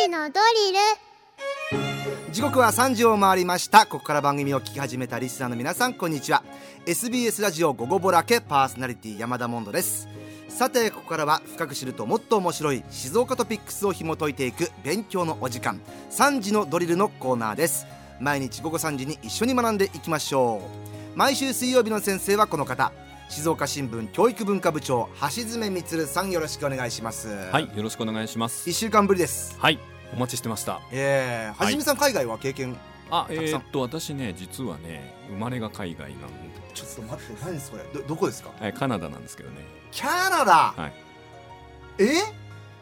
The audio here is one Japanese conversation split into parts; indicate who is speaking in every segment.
Speaker 1: 時のドリル
Speaker 2: 時刻は3時を回りましたここから番組を聞き始めたリスナーの皆さんこんにちは SBS ラジオ「午後ぼらけ」パーソナリティ山田モンドですさてここからは深く知るともっと面白い静岡トピックスを紐解いていく勉強のお時間3時のドリルのコーナーです毎日午後3時に一緒に学んでいきましょう毎週水曜日の先生はこの方静岡新聞教育文化部長橋爪充さんよろしくお願いします
Speaker 3: は、
Speaker 2: はい
Speaker 3: よろしくお願いします
Speaker 2: 1。週間ぶりです
Speaker 3: はい、お待ちしてました。
Speaker 2: えー、はじめさん海外は経験
Speaker 3: あ、え
Speaker 2: たくさ
Speaker 3: ー
Speaker 2: ん
Speaker 3: っと、私ね、実はね、生まれが海外なんで、
Speaker 2: ちょっと待って何それどどこですか
Speaker 3: えーカナダなんですけどね。
Speaker 2: カナダ、
Speaker 3: はい
Speaker 2: え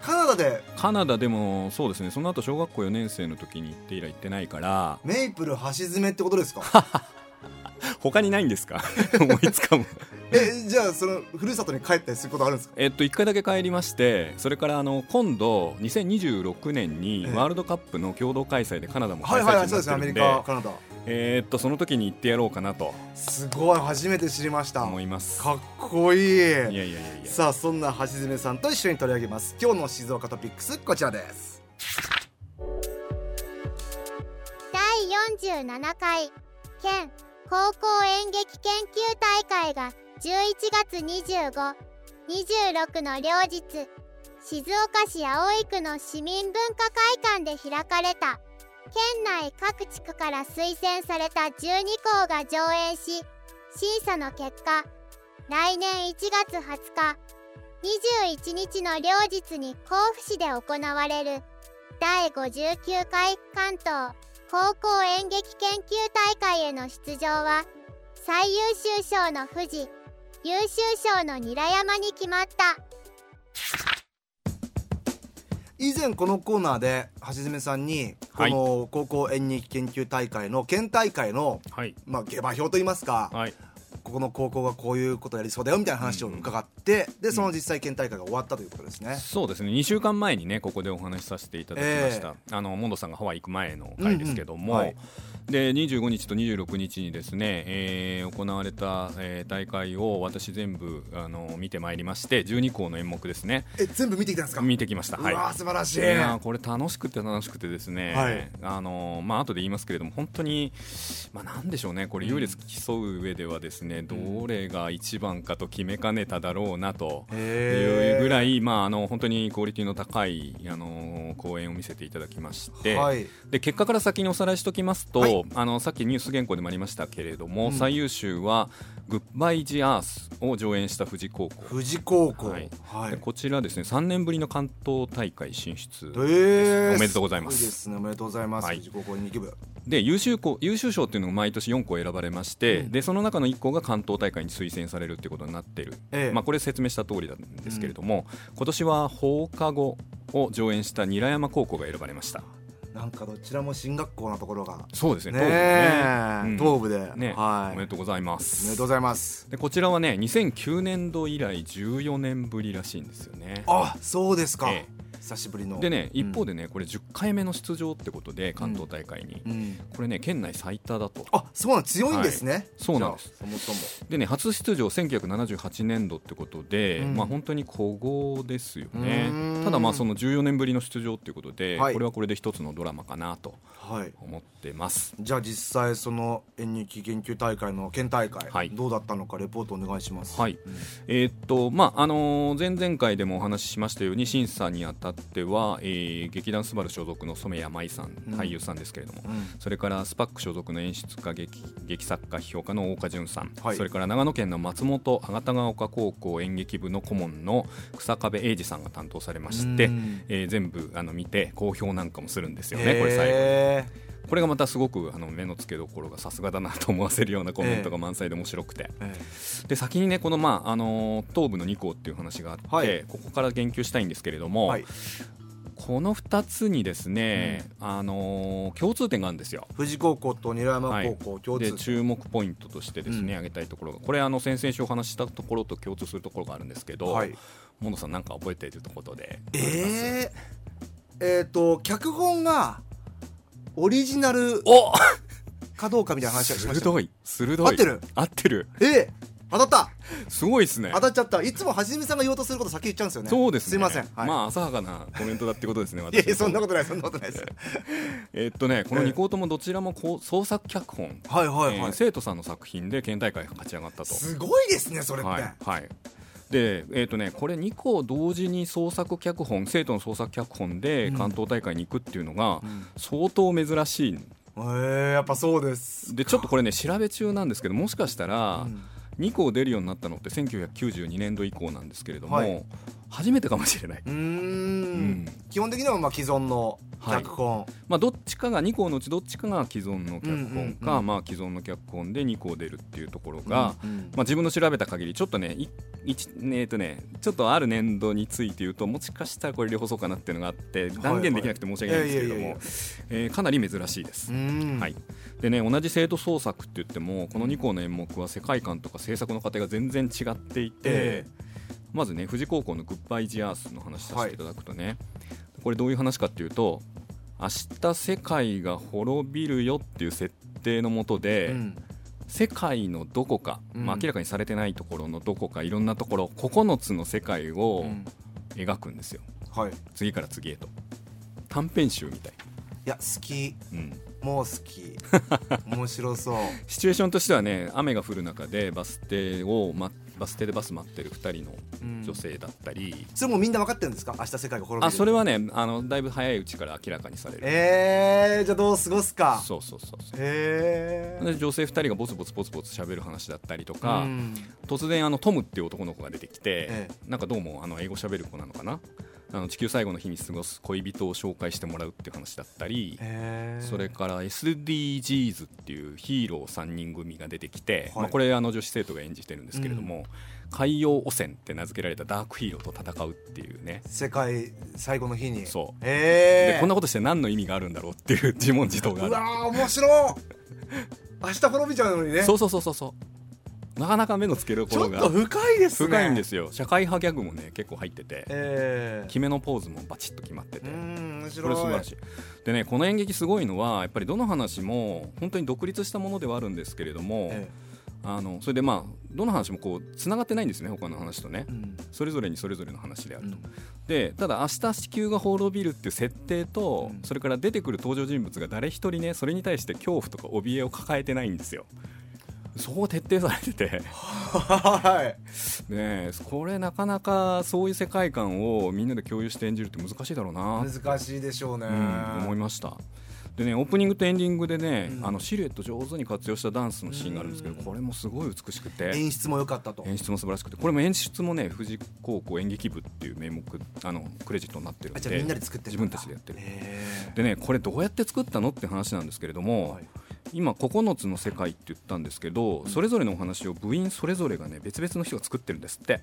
Speaker 2: カナダで
Speaker 3: カナダでも、そうですね、その後小学校4年生の時に行って以来行ってないから、
Speaker 2: メイプル橋爪ってことですか
Speaker 3: 他にないんで すか思いつかも。
Speaker 2: えじゃあそのふるさとに帰ったりすることあるんですか
Speaker 3: えっと、1回だけ帰りまして、それから、あの、今度、2026年に
Speaker 2: ええ
Speaker 3: ワールドカップの共同開催でカナダも
Speaker 2: は
Speaker 3: 開
Speaker 2: いはい
Speaker 3: 催
Speaker 2: はい
Speaker 3: 地
Speaker 2: そう
Speaker 3: にな
Speaker 2: ですねア
Speaker 3: って
Speaker 2: メ
Speaker 3: るん
Speaker 2: リ
Speaker 3: で、
Speaker 2: カカナダ
Speaker 3: えーっと、その時に行ってやろうかなと
Speaker 2: すごい初めて知りました
Speaker 3: 思います。
Speaker 2: かっこいい
Speaker 3: いやいやいやいや。
Speaker 2: さあそんな橋爪さんと一緒に取り上げます今日の静岡トピックスこちらです
Speaker 1: 第47回県高校演劇研究大会が11月2526の両日静岡市葵区の市民文化会館で開かれた県内各地区から推薦された12校が上演し審査の結果来年1月20日21日の両日に甲府市で行われる第59回関東高校演劇研究大会への出場は最優秀賞の富士優秀賞の韮山に決まった
Speaker 2: 以前このコーナーで橋爪さんにこ
Speaker 3: はい
Speaker 2: の高校演劇研究大会の県大会の
Speaker 3: はい。
Speaker 2: まあ下馬評といいますか、
Speaker 3: はい。
Speaker 2: ここの高校がこういうことやりそうだよみたいな話を伺って、でその実際県大会が終わったということですね、
Speaker 3: そうですね2週間前にねここでお話しさせていただきました、あのモンドさんがハワイ行く前の回ですけども、
Speaker 2: うんうんはい
Speaker 3: で25日と26日にですね、えー行われた、えー大会を私全部あの見てまいりまして12校の演目ですね
Speaker 2: え全部見てきたんですか
Speaker 3: 見てきましたはいう
Speaker 2: わー素晴らしい
Speaker 3: いやーこれ楽しくて楽しくてですね、
Speaker 2: はい
Speaker 3: あのーまあ後で言いますけれども本当にまあなんでしょうねこれ優劣競う上ではですね、どれが一番かと決めかねただろうなと
Speaker 2: へー
Speaker 3: いうぐらいまああの本当にクオリティの高いあのー公演を見せていただきまして、
Speaker 2: はい
Speaker 3: で結果から先におさらいしておきますと、
Speaker 2: はい
Speaker 3: あのさっきニュース原稿でもありましたけれど
Speaker 2: う
Speaker 3: も、
Speaker 2: ん
Speaker 3: 最優秀はグッバイジアースを上演した富士高校。
Speaker 2: 富士高校は
Speaker 3: はいい、でこちらですね3年ぶりの関東大会進出
Speaker 2: えー
Speaker 3: おめでとうございます
Speaker 2: ごですねおめでとうございます、
Speaker 3: はい
Speaker 2: 富士高校演劇部
Speaker 3: で優秀校優秀賞っていうのが毎年4校選ばれまして、
Speaker 2: うん
Speaker 3: でその中の1校が関東大会に推薦されるっていうことになっている、
Speaker 2: ええ
Speaker 3: まあ、これ説明した通りなんですけれども、今年は放課後を上演した韮山高校が選ばれました
Speaker 2: なんかどちらも進学校なところが
Speaker 3: そうですね
Speaker 2: ねえ
Speaker 3: 当
Speaker 2: 東部で,、
Speaker 3: ね
Speaker 2: はい
Speaker 3: おめでとうございます
Speaker 2: おめでとうございます
Speaker 3: でこちらはね2009年度以来14年ぶりらしいんですよね
Speaker 2: あそうですか、
Speaker 3: え
Speaker 2: 久しぶりの
Speaker 3: でね一方
Speaker 2: で、
Speaker 3: でねこれ10回目の出場ってことで関東大会に、
Speaker 2: うんうん
Speaker 3: これね県内最多だと
Speaker 2: あそうなん強いんですね、
Speaker 3: そうなんです
Speaker 2: じゃあそもそ
Speaker 3: でね初出場1978年度ってことで、
Speaker 2: うん
Speaker 3: まあ本当に古豪ですよ
Speaker 2: うー
Speaker 3: ね
Speaker 2: ん
Speaker 3: ただまあその14年ぶりの出場っていうことで、
Speaker 2: はい
Speaker 3: これはこれで一つのドラマかなと
Speaker 2: もはい
Speaker 3: 思ってます
Speaker 2: じゃあ実際その演劇研究大会の県大会、
Speaker 3: はい
Speaker 2: どうだったのかレポートお願いします。
Speaker 3: はい
Speaker 2: うん
Speaker 3: えーっとまああのー前々回でもお話ししましたように審査にあたっては、えー劇団スバル所属の染谷舞さん
Speaker 2: うん
Speaker 3: 俳優さんですけれども、
Speaker 2: うん
Speaker 3: それからスパック所属の演出家劇劇作家批評家の大岡潤さん、
Speaker 2: はい
Speaker 3: それから長野県の松本あがたが丘高校演劇部の顧問の草壁英二さんが担当されまして
Speaker 2: うん、
Speaker 3: えー全部あの見て好評なんかもするんですよね、これ最後
Speaker 2: へ
Speaker 3: これがまたすごくあの目の付けどころがさすがだなと思わせるようなコメントが満載で面白くて、
Speaker 2: え
Speaker 3: で先にねこの、まああのー東部の2校っていう話があって、
Speaker 2: はい
Speaker 3: ここから言及したいんですけれども、
Speaker 2: はい、
Speaker 3: この2つにですね、あのー共通点があるんですよ。
Speaker 2: 富士高校と韮山高校共
Speaker 3: で
Speaker 2: 通、
Speaker 3: 注目ポイントとしてですね、
Speaker 2: うん
Speaker 3: 挙げたいところがこれあの先々週お話ししたところと共通するところがあるんですけど、
Speaker 2: はい
Speaker 3: モノさんなんか覚えているところで
Speaker 2: えー、えー、と脚本がオリジナル
Speaker 3: お
Speaker 2: かどうかみたいな話はしました。
Speaker 3: 鋭い鋭い
Speaker 2: 合ってる
Speaker 3: 合ってる
Speaker 2: え当たった
Speaker 3: すごいですね
Speaker 2: 当たっちゃったいつもはじめさんが言おうとすること先言っちゃうんですよね
Speaker 3: そうですね
Speaker 2: すいません、はい
Speaker 3: まあ浅はかなコメントだってことですね
Speaker 2: い
Speaker 3: 私
Speaker 2: やいやそんなことないそんなことないです
Speaker 3: えっとねこの2校ともどちらもこう創作脚本、
Speaker 2: はいはい
Speaker 3: え
Speaker 2: は
Speaker 3: ー
Speaker 2: い、
Speaker 3: 生徒さんの作品で県大会が勝ち上がったと
Speaker 2: すごいですねそれって、
Speaker 3: はい、はい、でえーとね、これ2校同時に創作脚本生徒の創作脚本で
Speaker 2: うん
Speaker 3: 関東大会に行くっていうのが
Speaker 2: ん
Speaker 3: 相当珍しいん
Speaker 2: えー、やっぱそうです
Speaker 3: でちょっとこれね調べ中なんですけどもしかしたら
Speaker 2: うん
Speaker 3: 2校出るようになったのって1992年度以降なんですけれども、
Speaker 2: はい
Speaker 3: 初めてかもしれない、
Speaker 2: うーん
Speaker 3: うん
Speaker 2: 基本的にはまあ既存の脚本、
Speaker 3: まあ、どっちかが2校のうちどっちかが既存の脚本か、
Speaker 2: うんうんうん
Speaker 3: まあ、既存の脚本で2校出るっていうところが、
Speaker 2: うんうん
Speaker 3: まあ、自分の調べた限りちょっとねい一ねえっとねちょっとある年度について言うともしかしたらこれ両方そうかなっていうのがあって断言できなくて申し訳ないんですけれど
Speaker 2: いやいや
Speaker 3: も
Speaker 2: い
Speaker 3: えーかなり珍しいです
Speaker 2: う。ん
Speaker 3: はい、でね同じ生徒創作って言ってもこの2校の演目は世界観とか制作の過程が全然違っていて、
Speaker 2: え
Speaker 3: まずね富士高校の「グッバイ・ジ・アース」の話させていただくとね、これどういう話かっていうと明日世界が滅びるよっていう設定のもとで、
Speaker 2: うん
Speaker 3: 世界のどこか、
Speaker 2: うん
Speaker 3: まあ、明らかにされてないところのどこかいろんなところ9つの世界を
Speaker 2: うん
Speaker 3: 描くんですよ、
Speaker 2: はいい
Speaker 3: 次から次へと短編集みたい、
Speaker 2: や好き
Speaker 3: うん、
Speaker 2: もう好 き面白そう
Speaker 3: シチュエーションとしてはね雨が降る中でバス停を、ま、バス停でバス待ってる2人の
Speaker 2: うん
Speaker 3: 女性だったり、
Speaker 2: それもうみんな分かってるんですか明日世界が滅びる
Speaker 3: あそれはねあのだいぶ早いうちから明らかにされる
Speaker 2: えー、じゃあどう過ごすか
Speaker 3: そうそうそうそう
Speaker 2: へえ
Speaker 3: で女性2人がボツボツボツボツ喋る話だったりとか、
Speaker 2: うん
Speaker 3: 突然あのトムっていう男の子が出てきて、
Speaker 2: え
Speaker 3: なんかどうもあの英語喋る子なのかなあの地球最後の日に過ごす恋人を紹介してもらうっていう話だったり、
Speaker 2: へー
Speaker 3: それから SDGs っていうヒーロー3人組が出てきて、
Speaker 2: はい
Speaker 3: まあ、これあの女子生徒が演じてるんですけれども、海洋汚染って名付けられたダークヒーローと戦うっていうね
Speaker 2: 世界最後の日に
Speaker 3: そう
Speaker 2: え
Speaker 3: でこんなことして何の意味があるんだろうっていう自問自答があ
Speaker 2: う
Speaker 3: る
Speaker 2: わー面白い明日滅びちゃうのにね
Speaker 3: そうそうそうそうそうなかなか目のつけるこ
Speaker 2: ちょ
Speaker 3: ろ
Speaker 2: っ
Speaker 3: が
Speaker 2: と深いですね
Speaker 3: 深いんですすよ社会派ギャグもね結構入ってて
Speaker 2: え
Speaker 3: 決めのポーズもバチッと決まって
Speaker 2: ー、う
Speaker 3: て
Speaker 2: ん面白
Speaker 3: こ
Speaker 2: い
Speaker 3: れ素晴らしいでねこの演劇すごいのはやっぱりどの話も本当に独立したものではあるんですけれども、
Speaker 2: え
Speaker 3: あのそれでまあどの話もこうつながってないんですね他の話とね
Speaker 2: えうん
Speaker 3: それぞれにそれぞれの話であ
Speaker 2: う
Speaker 3: ると、
Speaker 2: ん
Speaker 3: でただ明日地球が滅びるっていう設定と、
Speaker 2: うん
Speaker 3: それから出てくる登場人物が誰一人ねそれに対して恐怖とか怯えを抱えてないんですよそこを徹底されて て
Speaker 2: はい
Speaker 3: ねえこれなかなかそういう世界観をみんなで共有して演じるって難しいだろうな
Speaker 2: 難しいでしょうね、
Speaker 3: うん、思いましたでねオープニングとエンディングでね、
Speaker 2: うん
Speaker 3: あのシルエット上手に活用したダンスのシーンがあるんですけど、
Speaker 2: うん
Speaker 3: これもすごい美しくて
Speaker 2: 演出も良かったと
Speaker 3: 演出も素晴らしくてこれも演出もね富士高校演劇部っていう名目あのクレジットになってるん
Speaker 2: あじ
Speaker 3: で
Speaker 2: ゃあみんなで作ってる
Speaker 3: 自分たちでやってる
Speaker 2: え
Speaker 3: でねこれどうやって作ったのって話なんですけれども、
Speaker 2: はい
Speaker 3: 今9つの世界って言ったんですけど、それぞれのお話を部員それぞれがね別々の人が作ってるんですって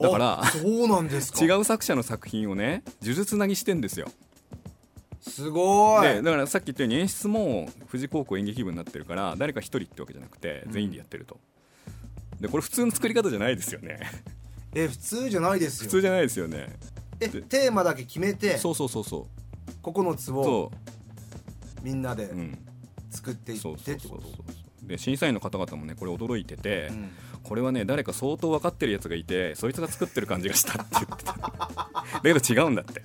Speaker 2: ー、
Speaker 3: だから
Speaker 2: あそうなんですか
Speaker 3: 違う作者の作品をね呪術つなぎしてんですよ
Speaker 2: すごい
Speaker 3: でだからさっき言ったように演出も富士高校演劇部になってるから誰か一人ってわけじゃなくて
Speaker 2: うん
Speaker 3: 全員でやってると、でこれ普通の作り方じゃないですよね
Speaker 2: え普通じゃないですよ
Speaker 3: 普通じゃないですよね
Speaker 2: えテーマだけ決めて
Speaker 3: そうそうそうそう
Speaker 2: 9つを
Speaker 3: そ
Speaker 2: みんなで
Speaker 3: う、うん、
Speaker 2: 作っていって
Speaker 3: そう
Speaker 2: って
Speaker 3: そう
Speaker 2: こ
Speaker 3: そう
Speaker 2: と
Speaker 3: そうで審査員の方々もねこれ驚いてて、
Speaker 2: うん
Speaker 3: これはね誰か相当分かってるやつがいてそいつが作ってる感じがしたって言って ただけど違うんだって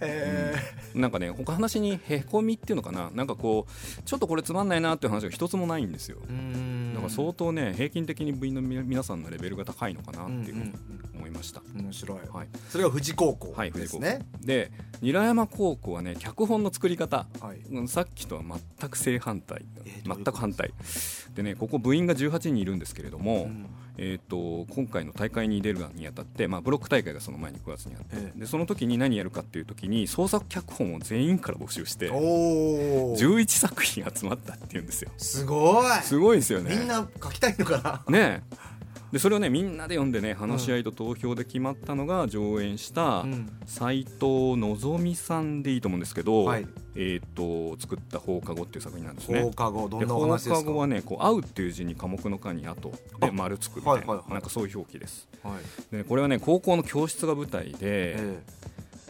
Speaker 2: え
Speaker 3: なんかね他話にへこみっていうのかななんかこうちょっとこれつまんないなっていう話が一つもないんですよ
Speaker 2: ーうん
Speaker 3: だから相当ね平均的に部員のみ皆さんのレベルが高いのかなっていうふうに思いました。
Speaker 2: 面白い、
Speaker 3: はい、
Speaker 2: それが富士高校
Speaker 3: はい、
Speaker 2: で
Speaker 3: 藤
Speaker 2: す
Speaker 3: 子
Speaker 2: ね、
Speaker 3: で韮山高校はね脚本の作り方、
Speaker 2: はい
Speaker 3: うんさっきとは全く正反対、
Speaker 2: えーどういうこと
Speaker 3: 全く反対でねここ部員が18人いるんですけれども、
Speaker 2: うん
Speaker 3: えー、と今回の大会に出るにあたって、まあ、ブロック大会がその前に9月にあって、
Speaker 2: ええ
Speaker 3: でその時に何やるかっていう時に創作脚本を全員から募集して
Speaker 2: おお
Speaker 3: 11作品集まったっていうんですよ
Speaker 2: すごい
Speaker 3: すごいですよね
Speaker 2: みんな書きたいのかな
Speaker 3: ねえでそれをねみんなで読んでね話し合いと投票で決まったのが上演した
Speaker 2: うん
Speaker 3: 斎藤の美さんでいいと思うんですけど、
Speaker 2: はい
Speaker 3: えっ、と作った放課後っていう作品なんですね
Speaker 2: 放。課後ど
Speaker 3: で
Speaker 2: んなお
Speaker 3: 放
Speaker 2: 話で
Speaker 3: 課
Speaker 2: すか
Speaker 3: 後はねこう会うっていう字に科目の科に後で
Speaker 2: あ
Speaker 3: 丸つくみたいな,、
Speaker 2: はいはいはい
Speaker 3: なんかそういう表記です。
Speaker 2: はい
Speaker 3: でこれはね高校の教室が舞台で、え
Speaker 2: え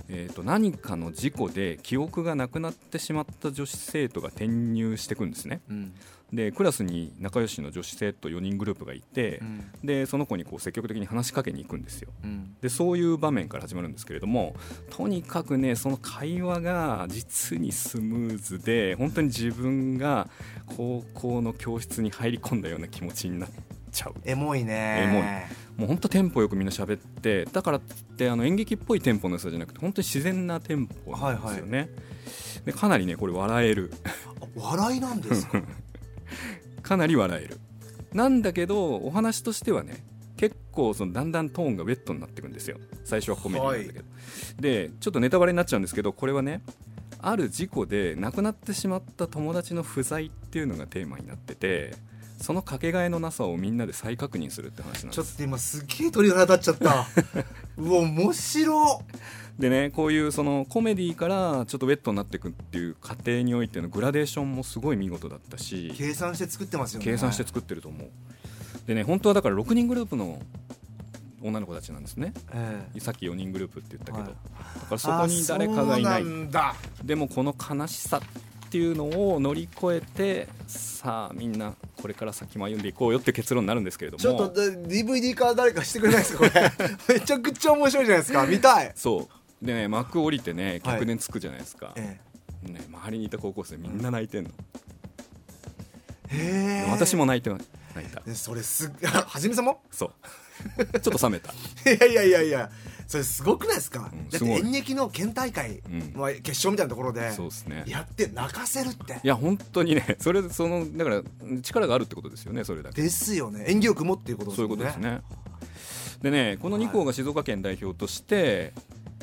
Speaker 3: えー、と何かの事故で記憶がなくなってしまった女子生徒が転入してくんですね
Speaker 2: うん
Speaker 3: でクラスに仲良しの女子生徒4人グループがいて
Speaker 2: う、ん
Speaker 3: でその子にこう積極的に話しかけに行くんですよ
Speaker 2: うん
Speaker 3: でそういう場面から始まるんですけれどもとにかくねその会話が実にスムーズで本当に自分が高校の教室に入り込んだような気持ちになっちゃう
Speaker 2: エモいね
Speaker 3: もう本当テンポよくみんな喋ってだからってあの演劇っぽいテンポの良さじゃなくて本当に自然なテンポなんですよね、でかなりねこれ笑える
Speaker 2: あ笑いなんです か
Speaker 3: かなり笑えるなんだけどお話としてはね結構そのだんだんトーンがウェットになっていくんですよ最初はコメディなんだけど、でちょっとネタバレになっちゃうんですけどこれはねある事故で亡くなってしまった友達の不在っていうのがテーマになっててそのかけがえのなさをみんなで再確認するって話なんです
Speaker 2: ちょっと今すっげえ鳥肌立っちゃった うわ面白
Speaker 3: でねこういうそのコメディからちょっとウェットになっていくっていう過程においてのグラデーションもすごい見事だったし
Speaker 2: 計算して作ってますよね
Speaker 3: 計算して作ってると思うでね本当はだから6人グループの女の子たちなんですね
Speaker 2: ええ
Speaker 3: さっき4人グループって言ったけど、
Speaker 2: はい
Speaker 3: だからそこに誰かがいな
Speaker 2: あ
Speaker 3: い
Speaker 2: そうなんだ
Speaker 3: でもこの悲しさっていうのを乗り越えてさあみんなこれから先も歩んでいこうよっていう結論になるんですけれども
Speaker 2: ちょっとだ DVD 化誰かしてくれないですかこ れめちゃくちゃ面白いじゃないですか見たい
Speaker 3: そうでね幕降りてね
Speaker 2: はい
Speaker 3: 客電つくじゃないですか、
Speaker 2: え
Speaker 3: ね、周りにいた高校生みんな泣いてんの、
Speaker 2: えへえ
Speaker 3: 私も泣いてます泣いた
Speaker 2: えそれすっはじめさんも
Speaker 3: そう ちょっと冷めた
Speaker 2: いやいやいやいやそれすごくないですか、
Speaker 3: うん
Speaker 2: だっ
Speaker 3: す
Speaker 2: て
Speaker 3: ごい
Speaker 2: 演劇の県大会、
Speaker 3: うん
Speaker 2: まあ、決勝みたいなところで
Speaker 3: そうですね
Speaker 2: やって泣かせるって
Speaker 3: いや本当にね それそのだから力があるってことですよねそれだけ
Speaker 2: ですよね演技力もっていうことです
Speaker 3: そうい
Speaker 2: よ
Speaker 3: うこと
Speaker 2: ね
Speaker 3: ですねでねこの2校が静岡県代表として、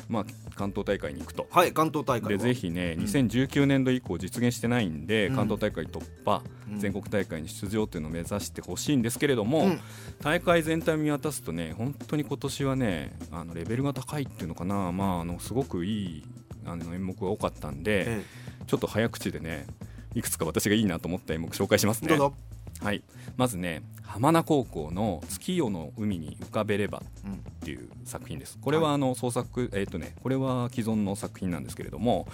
Speaker 3: まあ、関東大会に行くと
Speaker 2: はい関東大会
Speaker 3: で
Speaker 2: は
Speaker 3: ぜひね
Speaker 2: うん
Speaker 3: 2019年度以降実現してないんで、
Speaker 2: うん
Speaker 3: 関東大会突破、
Speaker 2: うん
Speaker 3: 全国大会に出場っていうのを目指してほしいんですけれども、
Speaker 2: うん
Speaker 3: 大会全体を見渡すとね本当に今年はねあのレベルが高いっていうのかな、まあ、あのすごくいいあの演目が多かったんで、
Speaker 2: え
Speaker 3: ちょっと早口でねいくつか私がいいなと思った演目紹介します
Speaker 2: え
Speaker 3: ね。
Speaker 2: どうぞ、
Speaker 3: はい、まずね浜名高校の「月夜の海に浮かべれば」
Speaker 2: うん
Speaker 3: っていう作品です。これはあの創作、えっ、とねこれは既存の作品なんですけれども、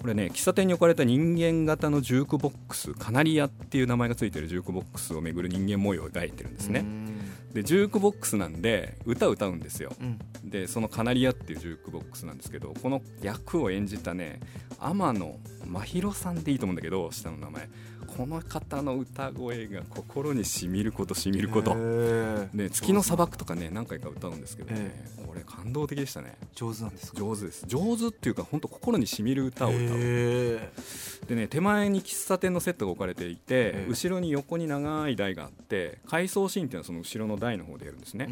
Speaker 3: これね喫茶店に置かれた人間型のジュークボックスカナリアっていう名前がついてるジュークボックスをめぐる人間模様を描いてるんです
Speaker 2: う
Speaker 3: ね。
Speaker 2: ん
Speaker 3: でジュークボックスなんで歌を歌うんですよ。
Speaker 2: うん
Speaker 3: でそのカナリアっていうジュークボックスなんですけどこの役を演じたね天野真弘さんでいいと思うんだけど下の名前この方の歌声が心にしみることしみるこ
Speaker 2: へ
Speaker 3: と
Speaker 2: え
Speaker 3: で月の砂漠とかね何回か歌うんですけどね
Speaker 2: え
Speaker 3: これ感動的でしたね
Speaker 2: 上手なんですか
Speaker 3: 上手です上手っていうか本当心にしみる歌を歌う
Speaker 2: へ
Speaker 3: でね手前に喫茶店のセットが置かれていて
Speaker 2: え
Speaker 3: 後ろに横に長い台があって回想シーンっていうのはその後ろの台の方でやるんです
Speaker 2: え
Speaker 3: ね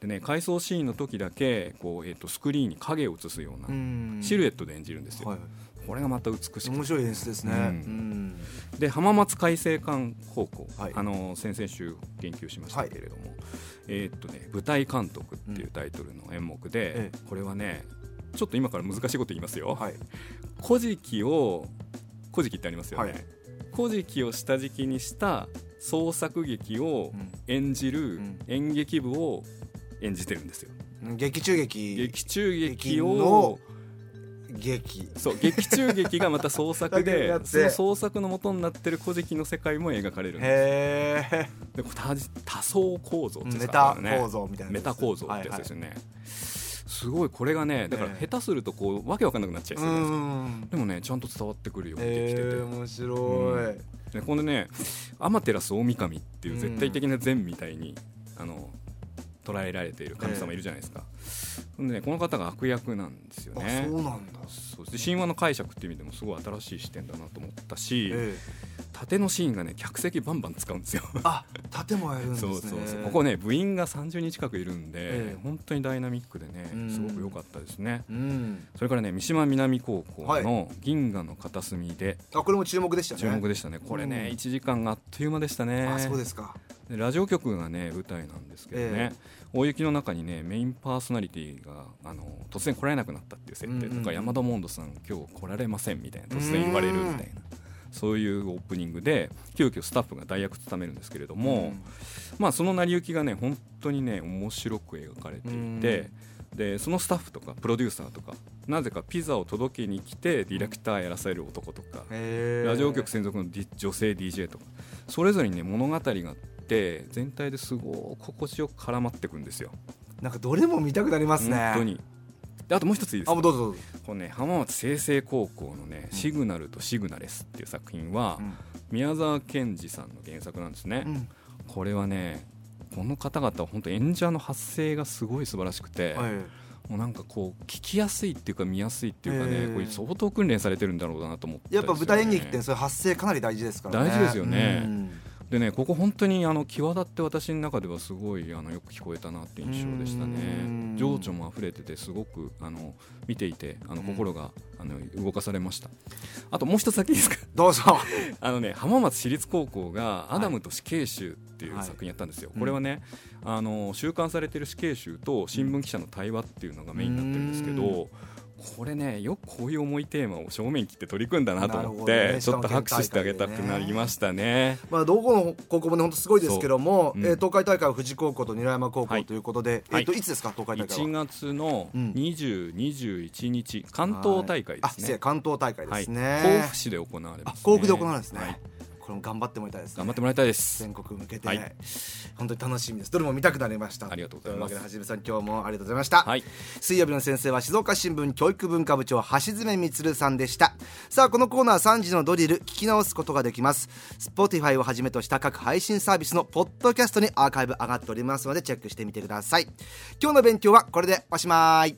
Speaker 3: でね回想シーンの時だけこう、えー、とスクリーンに影を映すようなシル
Speaker 2: エ
Speaker 3: エットで演じるんですよ、
Speaker 2: はい
Speaker 3: これがまた美しく
Speaker 2: 面
Speaker 3: て
Speaker 2: 白い演出ですね、
Speaker 3: うん
Speaker 2: うん
Speaker 3: で浜松開誠館高校、
Speaker 2: はい
Speaker 3: あの先々週言及しましたけれども、えーっとね「舞台監督」っていうタイトルの演目で
Speaker 2: え、
Speaker 3: これはねちょっと今から難しいこと言いますよ「
Speaker 2: はい
Speaker 3: 古事記」を「古事記」ってありますよね、
Speaker 2: はい
Speaker 3: 古事記を下敷きにした創作劇を演じる
Speaker 2: うん
Speaker 3: 演劇部を演じてるんですよ、
Speaker 2: うん劇中劇
Speaker 3: 劇中劇を
Speaker 2: 劇の劇
Speaker 3: そう劇中劇がまた創作
Speaker 2: だけに
Speaker 3: で
Speaker 2: なって
Speaker 3: その創作の元になってる古事記の世界も描かれるんです
Speaker 2: へえ
Speaker 3: でこう多多層構造って
Speaker 2: メ
Speaker 3: や
Speaker 2: タ
Speaker 3: つだからね
Speaker 2: 構造みたいな
Speaker 3: メタ構造ってやつですよね、すごいこれがねだから
Speaker 2: ええ
Speaker 3: 下手するとこうわけわかんなくなっちゃいそううじゃないですか
Speaker 2: ん
Speaker 3: でもねちゃんと伝わってくるようにできてて、
Speaker 2: えー、面白い、
Speaker 3: でこのね天照大神っていう絶対的な善みたいに、あの捉えられている神様いるじゃないですか、ほんでねこの方が悪役なんですよ
Speaker 2: あ
Speaker 3: ね
Speaker 2: そうなんだ、
Speaker 3: そうで神話の解釈っていう意味でもすごい新しい視点だなと思ったし、
Speaker 2: え
Speaker 3: 縦のシーンがね客席バンバン使うんですよ。
Speaker 2: え、あ盾もやるんです
Speaker 3: そ
Speaker 2: ね
Speaker 3: うそうそうここね部員が30人近くいるんで、
Speaker 2: ええ
Speaker 3: 本当にダイナミックでね
Speaker 2: うん
Speaker 3: すごく良かったですね、
Speaker 2: うん
Speaker 3: それからね三島南高校
Speaker 2: は
Speaker 3: の銀河の片隅で
Speaker 2: あこれも注目でしたね
Speaker 3: 注目でしたね、これね、
Speaker 2: うん
Speaker 3: 1時間があっという間でしたね
Speaker 2: あそうですか
Speaker 3: でラジオ局がね舞台なんですけどね、大雪の中にねメインパーソナリティがあの突然来られなくなったっていう設定とか、
Speaker 2: うんうん
Speaker 3: 山田モンドさん今日来られませんみたいな突然言われるみたいな。そういうオープニングで急遽スタッフが代役務めるんですけれども、まあ、その成り行きがね本当にね面白く描かれていて、でそのスタッフとかプロデューサーとかなぜかピザを届けに来てディレクターやらせる男とか、
Speaker 2: へー
Speaker 3: ラジオ局専属のディ女性 DJ とかそれぞれにね物語があって全体ですごく心地よく絡まってくんですよ
Speaker 2: なんかどれも見たくなりますね
Speaker 3: 本当にであともう一ついいです
Speaker 2: あも
Speaker 3: か
Speaker 2: うどうぞどうぞ、
Speaker 3: このね浜松清星高校のね「シグナルとシグナレス」っていう作品は、宮沢賢治さんの原作なんですね、
Speaker 2: うん
Speaker 3: これはねこの方々は本当演者の発声がすごい素晴らしくて、
Speaker 2: はい
Speaker 3: もうなんかこう聞きやすいっていうか見やすいっていうかね、
Speaker 2: えー
Speaker 3: これ相当訓練されてるんだろうなと思って、
Speaker 2: やっぱ舞台演劇ってそういう発声かなり大事ですからね
Speaker 3: 大事ですよね
Speaker 2: うん
Speaker 3: でねここ本当にあの際立って私の中ではすごいあのよく聞こえたなって印象でした
Speaker 2: うん
Speaker 3: ね情緒も溢れててすごくあの見ていてあの心が、あの動かされましたあともう一つだけいいですか
Speaker 2: どうぞ
Speaker 3: あのね浜松市立高校が「アダムと死刑囚」っていう作品やったんですよ、
Speaker 2: はい
Speaker 3: これはね、あの収監されてる死刑囚と新聞記者の対話っていうのがメインになってるんですけどこれねよくこういう重いテーマを正面切って取り組んだなと
Speaker 2: な
Speaker 3: 思っ
Speaker 2: るほど
Speaker 3: て、
Speaker 2: ね
Speaker 3: ちょっと拍手してあげたくなりましたね。
Speaker 2: まあ、どこの高校もね本当すごいですけども、
Speaker 3: そううん
Speaker 2: えー東海大会は富士高校と韮山高
Speaker 3: は
Speaker 2: 校
Speaker 3: い
Speaker 2: ということで、
Speaker 3: はい
Speaker 2: いえー、といつですか東海大会
Speaker 3: 1
Speaker 2: は
Speaker 3: 月の
Speaker 2: うん
Speaker 3: 20、21日関東大会で
Speaker 2: はいあ
Speaker 3: す
Speaker 2: 失礼
Speaker 3: ね。
Speaker 2: 関東大会で
Speaker 3: はい、
Speaker 2: すね、
Speaker 3: 甲府市で行われま
Speaker 2: あ
Speaker 3: す、ね。
Speaker 2: 甲府で行われるんですね、
Speaker 3: はい
Speaker 2: これも頑張ってもらいたいですね
Speaker 3: 頑張ってもらいたいです。
Speaker 2: 全国向けて、
Speaker 3: はい
Speaker 2: 本当に楽しみですどれも見たくなりました
Speaker 3: ありがとうございま
Speaker 2: と
Speaker 3: す
Speaker 2: いうわけではじめさん今日もありがとうございました、
Speaker 3: はい
Speaker 2: 水曜日の先生は静岡新聞教育文化部長橋爪充さんでしたさあこのコーナー3時のドリル聞き直すことができます Spotify をはじめとした各配信サービスのポッドキャストにアーカイブ上がっておりますのでチェックしてみてください今日の勉強はこれでおしまい